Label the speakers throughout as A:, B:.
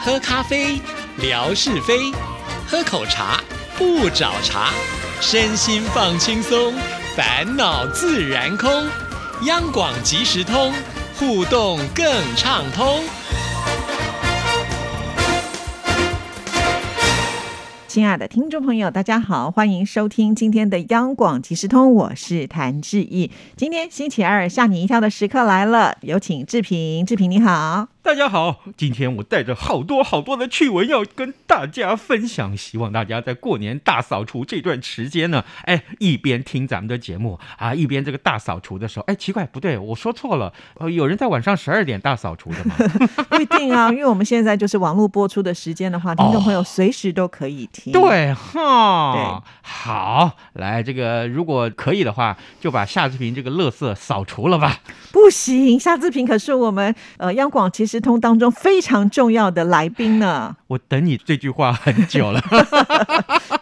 A: 喝咖啡，聊是非；喝口茶，不找茬。身心放轻松，烦恼自然空。央广即时通，互动更畅通。
B: 亲爱的听众朋友，大家好，欢迎收听今天的央广即时通，我是谭志毅。今天星期二，吓你一跳的时刻来了，有请志平，志平你好。
C: 大家好，今天我带着好多好多的趣闻要跟大家分享，希望大家在过年大扫除这段时间呢，哎，一边听咱们的节目啊，一边这个大扫除的时候，哎，奇怪，不对，我说错了，呃，有人在晚上十二点大扫除的吗？
B: 不一定啊，因为我们现在就是网络播出的时间的话，听众朋友随时都可以听。
C: 对哈，好，来这个，如果可以的话，就把夏志平这个垃圾扫除了吧。
B: 不行，夏志平可是我们呃央广即时通当中非常重要的来宾 呢。
C: 我等你这句话很久了，。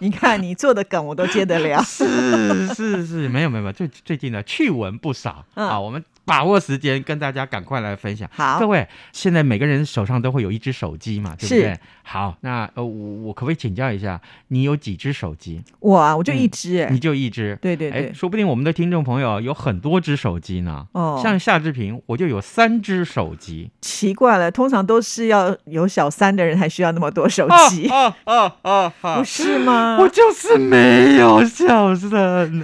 B: 你看你做的梗我都接得了
C: 是是是，没有没有没有，最最近的趣闻不少、
B: 嗯
C: 啊，我们把握时间跟大家赶快来分享。
B: 好
C: 各位，现在每个人手上都会有一只手机嘛，对不
B: 是
C: 对？好，那呃，我我可不可以请教一下，你有几只手机？
B: 我啊，我就一直、欸
C: 你就一只。
B: 对对对
C: 嗯哎，说不定我们的听众朋友有很多只手机呢。
B: 哦
C: 像夏志平，我就有三只手机。
B: 奇怪了，通常都是要有小三的人才需要那么多手机，
C: 啊啊啊！啊
B: 不是吗？
C: 我就是没有小 三。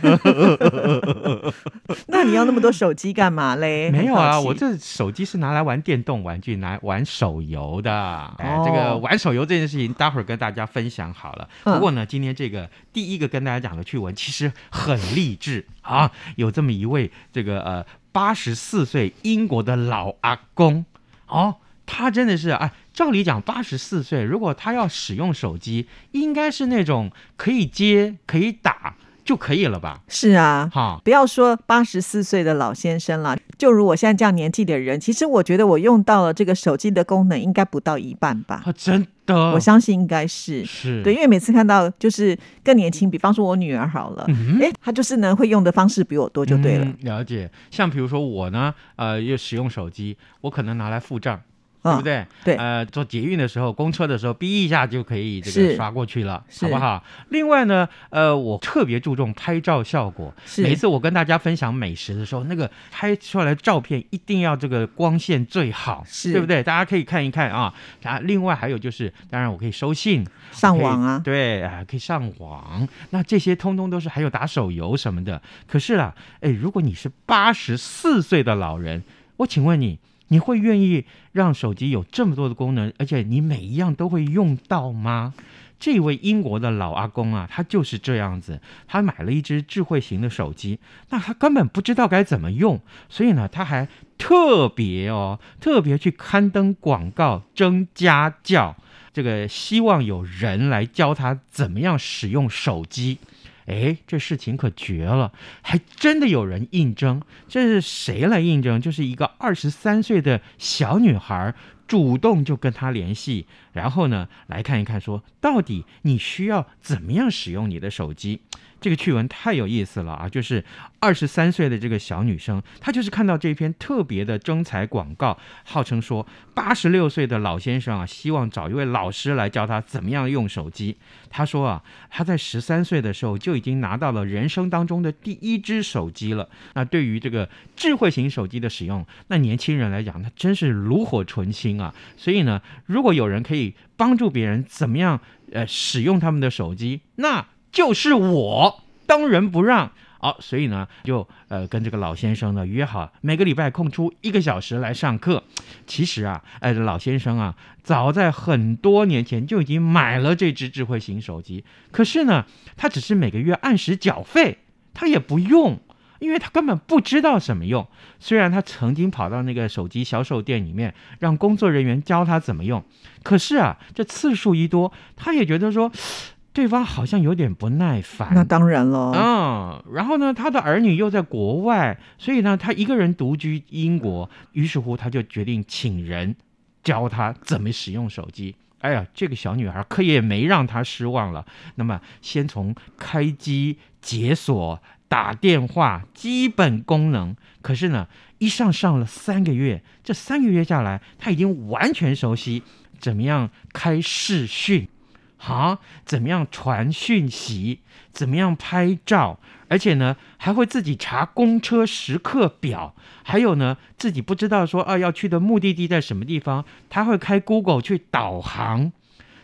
B: 那你要那么多手机干嘛嘞？
C: 没有
B: 哎很
C: 啊，
B: 好奇
C: 我这手机是拿来玩电动玩具，拿来玩手游的。哎，这
B: 哦
C: 个玩手游这件事情，待会儿跟大家分享好了。
B: 嗯
C: 不过呢，今天这个第一个跟大家讲的趣闻，其实很励志啊。有这么一位这个呃八十四岁英国的老阿公哦，他真的是哎。照理讲，八十四岁，如果他要使用手机，应该是那种可以接、可以打就可以了吧？
B: 是啊。
C: 哈，
B: 不要说八十四岁的老先生了，就如我现在这样年纪的人，其实我觉得我用到了这个手机的功能，应该不到一半吧。
C: 啊，真的，
B: 我相信应该是
C: 是
B: 对，因为每次看到就是更年轻，比方说我女儿好了，
C: 嗯
B: 哎、她就是呢会用的方式比我多就对了
C: 嗯。了解，像比如说我呢，呃，又使用手机，我可能拿来付账，对
B: 嗯，
C: 不对？
B: 对
C: 呃，坐捷运的时候、公车的时候，逼一下就可以这
B: 是
C: 个刷过去了，
B: 是
C: 好不好？另外呢，呃，我特别注重拍照效果。
B: 是
C: 每次我跟大家分享美食的时候，那个拍出来的照片一定要这个光线最好，
B: 是
C: 对不对？大家可以看一看啊。啊，另外还有就是，当然我可以收信，
B: 上网啊，
C: 可以对啊，可以上网。那这些通通都是还有打手游什么的。可是啦，哎，如果你是八十四岁的老人，我请问你，你会愿意让手机有这么多的功能，而且你每一样都会用到吗？这位英国的老阿公啊，他就是这样子，他买了一只智慧型的手机，那他根本不知道该怎么用，所以呢，他还特别哦，特别去刊登广告争家教，这个希望有人来教他怎么样使用手机。哎，这事情可绝了，还真的有人应征。这是谁来应征？就是一个二十三岁的小女孩，主动就跟他联系，然后呢，来看一看说到底你需要怎么样使用你的手机。这个趣闻太有意思了啊！就是二十三岁的这个小女生，她就是看到这篇特别的征才广告，号称说八十六岁的老先生啊，希望找一位老师来教他怎么样用手机。他说啊，他在十三岁的时候就已经拿到了人生当中的第一只手机了。那对于这个智慧型手机的使用，那年轻人来讲，那真是炉火纯青啊。所以呢，如果有人可以帮助别人怎么样呃使用他们的手机，那就是我，当仁不让。好、哦所以呢，就呃跟这个老先生呢约好，每个礼拜空出一个小时来上课。其实啊，哎、老先生啊，早在很多年前就已经买了这只智慧型手机，可是呢，他只是每个月按时缴费，他也不用。因为他根本不知道怎么用，虽然他曾经跑到那个手机销售店里面，让工作人员教他怎么用，可是啊，这次数一多，他也觉得说，对方好像有点不耐烦。
B: 那当然喽。
C: 嗯，然后呢，他的儿女又在国外，所以呢，他一个人独居英国，于是乎他就决定请人教他怎么使用手机。哎呀，这个小女孩可也没让他失望了。那么，先从开机、解锁、打电话基本功能，可是呢，一上上了三个月，这三个月下来，他已经完全熟悉怎么样开视讯，啊，怎么样传讯息，怎么样拍照，而且呢还会自己查公车时刻表，还有呢自己不知道说啊要去的目的地在什么地方，他会开 Google 去导航。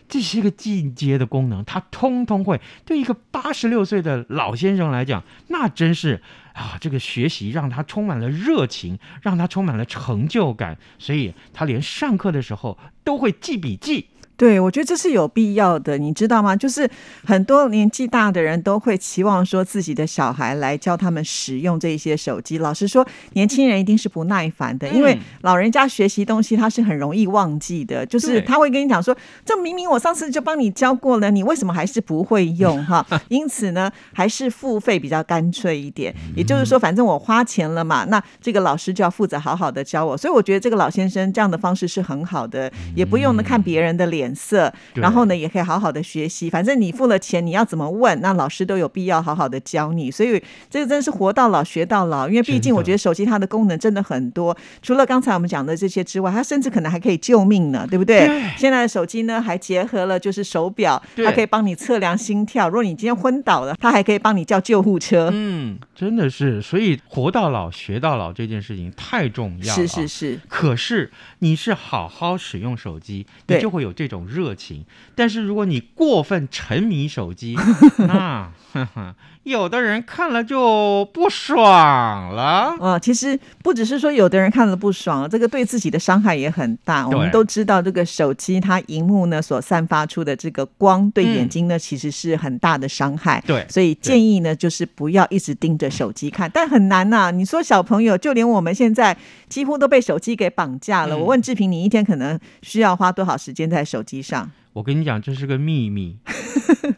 C: 这是一个进阶的功能，他通通会。对一个八十六岁的老先生来讲，那真是啊，这个学习让他充满了热情，让他充满了成就感，所以他连上课的时候都会记笔记。
B: 对，我觉得这是有必要的，你知道吗？就是很多年纪大的人都会期望说自己的小孩来教他们使用这些手机。老实说，年轻人一定是不耐烦的，因为
C: 嗯
B: 老人家学习东西他是很容易忘记的，就是
C: 对
B: 他会跟你讲说，这明明我上次就帮你教过了，你为什么还是不会用哈？因此呢，还是付费比较干脆一点。也就是说，反正我花钱了嘛，那这个老师就要负责好好的教我。所以我觉得这个老先生这样的方式是很好的，也不用呢看别人的脸色，
C: 对
B: 然后呢也可以好好的学习。反正你付了钱，你要怎么问，那老师都有必要好好的教你。所以这个真是活到老学到老，因为毕
C: 真
B: 竟
C: 的
B: 我觉得手机它的功能真的很多，除了刚才我们讲的这些之外，它甚至可能还可以救命呢，对不对？
C: 对
B: 现在的手机呢还结合了就是手表，
C: 对
B: 它可以帮你测量心跳。如果你今天昏倒了，它还可以帮你叫救护 车。
C: 嗯，真的是，所以活到老学到老这件事情太重要
B: 是
C: 了。
B: 是。是，
C: 可是你是好好使用手机，
B: 对
C: 你就会有这种热情。但是如果你过分沉迷手 机，那 呵呵有的人看了就不爽了。
B: 啊、其实不只是说有的人看了不爽，这个对自己的伤害也很大。我们
C: 对
B: 都知道，这个手机它荧幕呢所散发出的这个光，对眼
C: 嗯
B: 睛呢、其实是很大的伤害。
C: 对
B: 所以建议呢就是不要一直盯着手机看，但很难呐、你说小朋友，就连我们现在几乎都被手机给绑架了。
C: 嗯
B: 我问志平，你一天可能需要花多少时间在手机上？
C: 我跟你讲，这是个 秘密。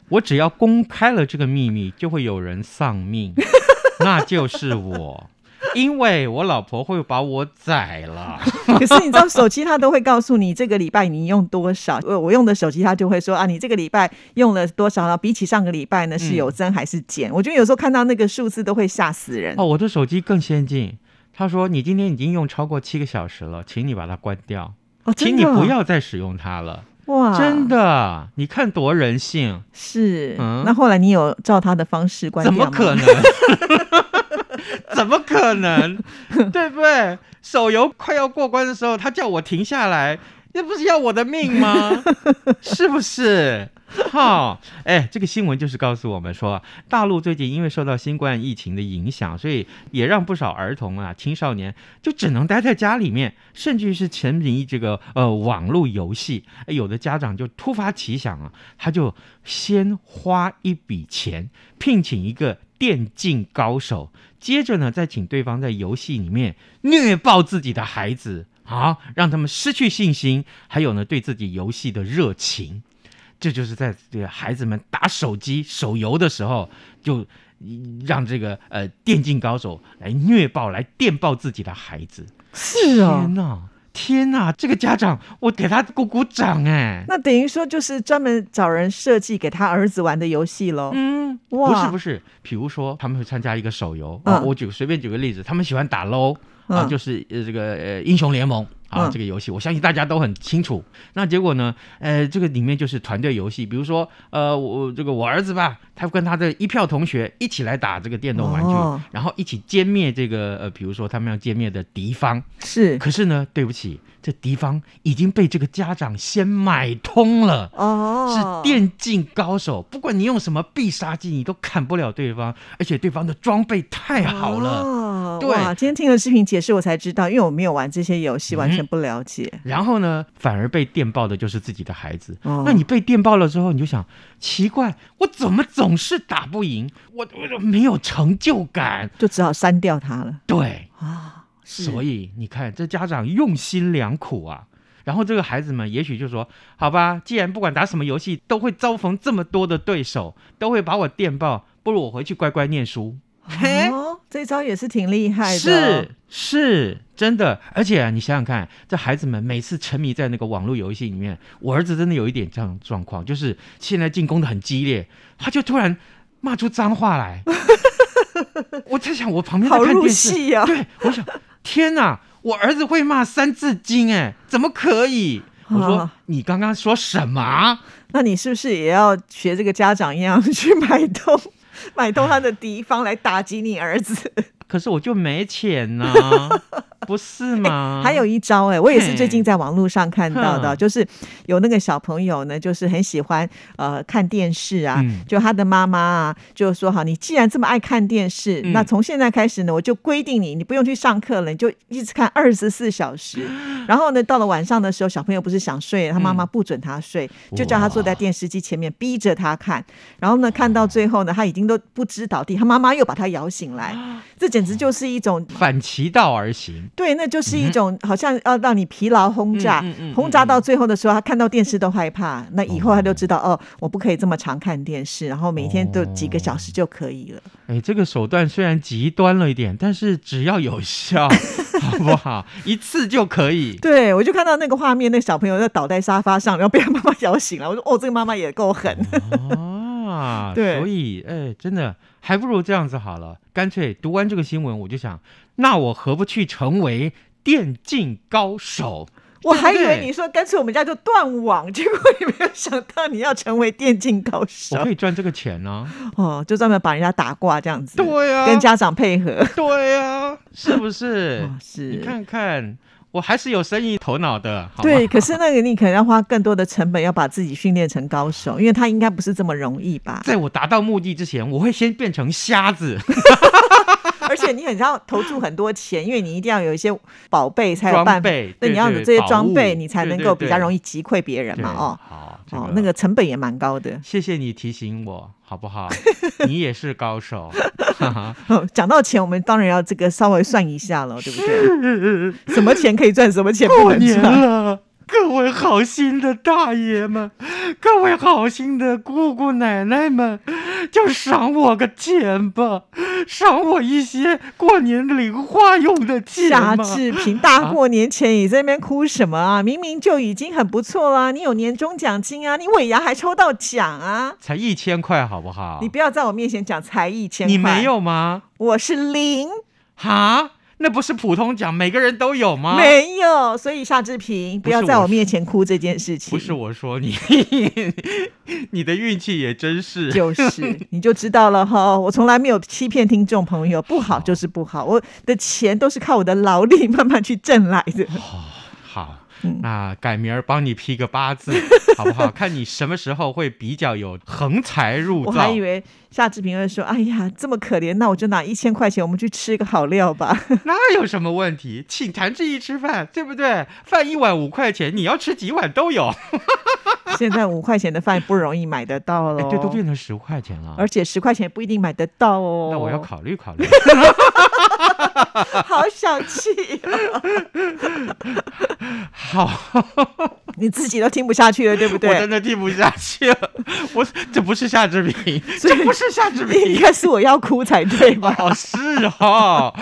C: 我只要公开了这个秘密，就会有人 丧命，那就是我，因为我老婆会把我宰了。
B: 可是你知道，手机它都会告诉你这个礼拜你用多少。我我用的手机，它就会说啊，你这个礼拜用了多少？然后比起上个礼拜呢，是有增还是
C: 嗯
B: 减？我觉得有时候看到那个数字都会吓死人。
C: 哦，我的手机更先进。他说：“你今天已经用超过七个小时了，请你把它关掉，
B: 哦，
C: 请
B: 真
C: 你
B: 的啊哦
C: 不要再使用它了。
B: 哇，
C: 真的，你看多人性，
B: 是。
C: 嗯
B: 那后来你有照他的方式关
C: 怎
B: 掉吗？
C: 么可能？ 怎么可能？对不对？手游快要过关的时候，他叫我停下来，那不是要我的命吗？是不是？好，哎，这个新闻就是告诉我们说，大陆最近因为受到新冠疫情的影响，所以也让不少儿童啊、青少年就只能待在家里面，甚至是沉迷于这个呃网络游戏。哎有的家长就突发奇想啊，他就先花一笔钱聘请一个电竞高手，接着呢再请对方在游戏里面虐爆自己的孩子啊，让他们失去信心，还有呢对自己游戏的热情。这就是在这个孩子们打手机手游的时候，就嗯让这个呃电竞高手来虐爆、来电爆自己的孩子。
B: 是哦
C: 天。哪，天哪！这个家长，我给他鼓鼓掌哎。
B: 那等于说就是专门找人设计给他儿子玩的游戏喽。
C: 嗯，
B: 哇
C: 不是不是，比如说他们会参加一个手游啊，
B: 嗯
C: 我举随便举个例子，他们喜欢打 LO 啊，
B: 嗯
C: 就是呃这个呃英雄联盟啊
B: 嗯
C: 这个游戏，我相信大家都很清楚。那结果呢，呃，这个里面就是团队游戏，比如说呃我这个我儿子吧，他跟他的一票同学一起来打这个电动玩具，
B: 哦
C: 然后一起歼灭这个呃比如说他们要歼灭的敌方，
B: 是
C: 可是呢，对不起，这敌方已经被这个家长先买通了。
B: 哦
C: 是，电竞高手，不管你用什么必杀技，你都砍不了对方，而且对方的装备太好了。
B: 哦
C: 对
B: 哇，今天听了视频解释，我才知道，因为我没有玩这些游
C: 嗯
B: 戏，完全不了解。
C: 然后呢，反而被电爆的就是自己的孩子。
B: 哦
C: 那你被电爆了之后，你就想，奇怪，我怎么总是打不赢？我我我没有成就感。
B: 就只好删掉它了
C: 对，
B: 啊。是
C: 所以你看，这家长用心良苦啊。然后这个孩子们也许就说：“好吧，既然不管打什么游戏都会遭逢这么多的对手，都会把我电爆，不如我回去乖乖念书。”嘿，
B: 哦，这招也是挺厉害的。哦
C: 是是真的。而且、啊、你想想看，这孩子们每次沉迷在那个网络游戏里面，我儿子真的有一点这样状况，就是现在进攻的很激烈，他就突然骂出脏话 来。我在想，我旁边在
B: 好
C: 看
B: 入
C: 电视，
B: 戏啊！
C: 对，我想，天哪，我儿子会骂《三字经》哎，怎么可以？我说
B: 啊
C: 你刚刚说什么？
B: 那你是不是也要学这个家长一样去买通、 买通他的敌方来打击你儿子？
C: 可是我就 没钱呐、不是吗？
B: 还有一招哎、我也是最近在网络上看到的，
C: 哼
B: 就是有那个小朋友呢，就是很喜欢呃看电视啊，
C: 嗯
B: 就他的妈妈啊，就说好，你既然这么爱看电视，
C: 嗯
B: 那从现在开始呢，我就规定你，你不用去上课了，你就一直看二十四小 时。然后呢，到了晚上的时候，小朋友不是想睡，他妈妈不准他睡，就叫他坐在电视机前面，逼着他看。然后呢，看到最后呢，他已经都不知倒地，他妈妈又把他摇醒来，
C: 啊
B: 这简直就是一种
C: 反其道而行，
B: 对，那就是一种好像要让你疲劳轰炸，
C: 嗯嗯嗯
B: 轰炸到最后的时候，他看到电视都害怕。那以后他就知道哦，我不可以这么常看电视，然后每天都几个小
C: 哦
B: 时就可以了。
C: 哎，这个手段虽然极端了一点，但是只要有效， 好不好？一次就 可以。
B: 对，我就看到那个画面，那小朋友在倒在沙发上，然后被他妈妈摇醒了。我说哦，这个妈妈也够狠。
C: 嗯啊，
B: 对
C: 所以哎，真的还不如这样子好了，干脆读完这个新闻，我就想，那我何不去成为电竞高手？
B: 我还以
C: 对
B: 为你说干脆我们家就断网，结果你没有想到你要成为电竞高手
C: 我可以赚这个钱呢、
B: 哦，就专门把人家打挂这样子，
C: 对啊呀、
B: 跟家长配合。
C: 对呀、 是不是？
B: 哦啊是
C: 你看看，我还是有生意头脑的，好吗？
B: 对，可是那个你可能要花更多的成本，要把自己训练成高手，因为他应该不是这么容易吧
C: 在我达到目的之前，我会先变成瞎子，
B: 而且你很要投注很多钱，因为你一定要有一些宝贝才有办
C: 装
B: 法。
C: 备。
B: 对，
C: 对
B: 你要有
C: 对
B: 这些
C: 宝
B: 装
C: 物
B: 备，你才
C: 对
B: 能
C: 对
B: 够比较
C: 对
B: 容易击溃别人嘛。
C: 对
B: 哦，
C: 好，这
B: 哦
C: 个，
B: 那个成本也蛮高的。
C: 谢谢你提醒我，好不 好？你也是高手，
B: 哦讲到钱，我们当然要这个稍微算一下了，对不
C: 嗯
B: 对？什么钱可以赚，什么钱不
C: 过
B: 能
C: 年
B: 赚？
C: 了。各位好心的大爷们，各位好心的姑姑奶奶们，就赏我个钱吧，赏我一些过年零花用的钱
B: 夏
C: 嘛。
B: 志平
C: 啊
B: 大过年前你在那边哭什么啊？明明就已经很不错啦，你有年终奖金啊，你尾牙还抽到奖啊！
C: 才一千块，好不好？
B: 你不要在我面前讲才艺千块，
C: 你没，有吗？
B: 我是零，
C: 哈，那不是普通奖，每个人都有吗？
B: 没有，所以夏志平不要在我面前哭这件事情，
C: 不是我说你， 你的运气也真是。
B: 就是，你就知道了哈。我从来没有欺骗听众朋友，不好就是不好，我的钱都是靠我的劳力慢慢去挣来的。
C: 好
B: 嗯，
C: 那改明儿帮你批个八 字，好不好？看你什么时候会比较有横财入
B: 我
C: 灶。
B: 还以为夏志平会说：“哎呀，这么可怜，那我就拿一千块钱，我们去吃个好料 吧。
C: 那有什么问题？请谭志毅吃饭，对不对？饭一碗五块钱，你要吃几碗都有。”
B: 哎现在五块钱的饭不容易买得到了，
C: 哎，这都变成十块钱了。
B: 而且十块钱也不一定买得到哦。
C: 哎那我要考虑考 虑。
B: 好小 气哦、
C: 好，
B: 你自己都听不下去了，对不
C: 我
B: 对？
C: 真的听不下去了。我这不是夏 志平，
B: 所以
C: 这不是夏志
B: 应
C: 平。
B: 该是我要哭才对吧？
C: 哦，是哦，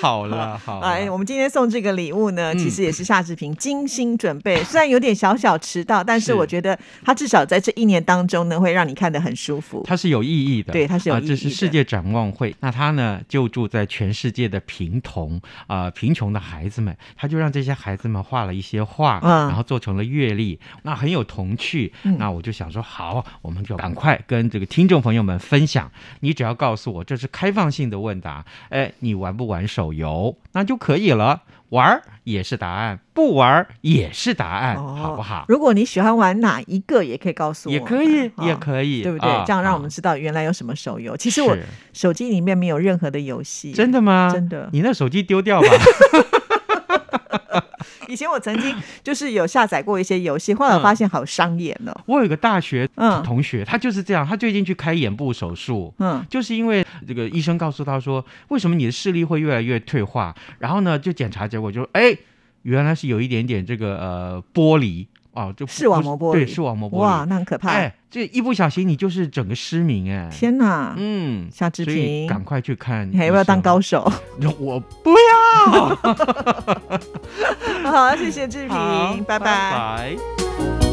C: 好了好了，
B: 哎，我们今天送这个礼物呢，
C: 哦嗯
B: 其实也是夏志平精心准备，虽然有点小小迟到，但是
C: 是
B: 我觉得他至少在这一年当中呢，会让你看得很舒服。
C: 它是有意义的，
B: 对它是有
C: 啊
B: 意义
C: 这是
B: 的
C: 世界展望会，那它呢就住在全世界的贫童啊、呃贫穷的孩子们，他就让这些孩子们画了一些画，
B: 嗯
C: 然后做成了阅历，那很有童趣。那我就想说，好，我们就赶快跟这个听众朋友们分享。你只要告诉我这是开放性的问答，哎，你玩不玩手游，那就可以了。玩儿也是答案，不玩儿也是答案，
B: 哦
C: 好不好？
B: 如果你喜欢玩哪一个，也可以告诉我
C: 也
B: 们，
C: 可以，
B: 啊
C: 也可以，
B: 对不对？
C: 啊
B: 这样让
C: 啊
B: 我们知道原来有什么手游。其实我
C: 是
B: 手机里面没有任何的游戏，
C: 真的吗？
B: 真的
C: 你那手机 丢掉吧。
B: 以前我曾经就是有下载过一些游戏，后来我发现好伤眼哦。
C: 我有个大学
B: 嗯
C: 同学，他就是这样，他最近去开眼部手术。
B: 嗯，
C: 就是因为这个医生告诉他说，为什么你的视力会越来越退化？然后呢，就检查结果就哎，原来是有一点点这个呃玻璃哦，就不
B: 视网膜玻
C: 不
B: 璃，
C: 是对视网膜玻璃。
B: 哇，，那很可怕。
C: 哎，这一不小心你就是整个失明哎。
B: 天哪，
C: 嗯，
B: 夏志
C: 所以
B: 平
C: 赶快去看。啊
B: 你还要不要当？高手？
C: 我不要。
B: 好，谢谢志
C: 好
B: 平，拜
C: 拜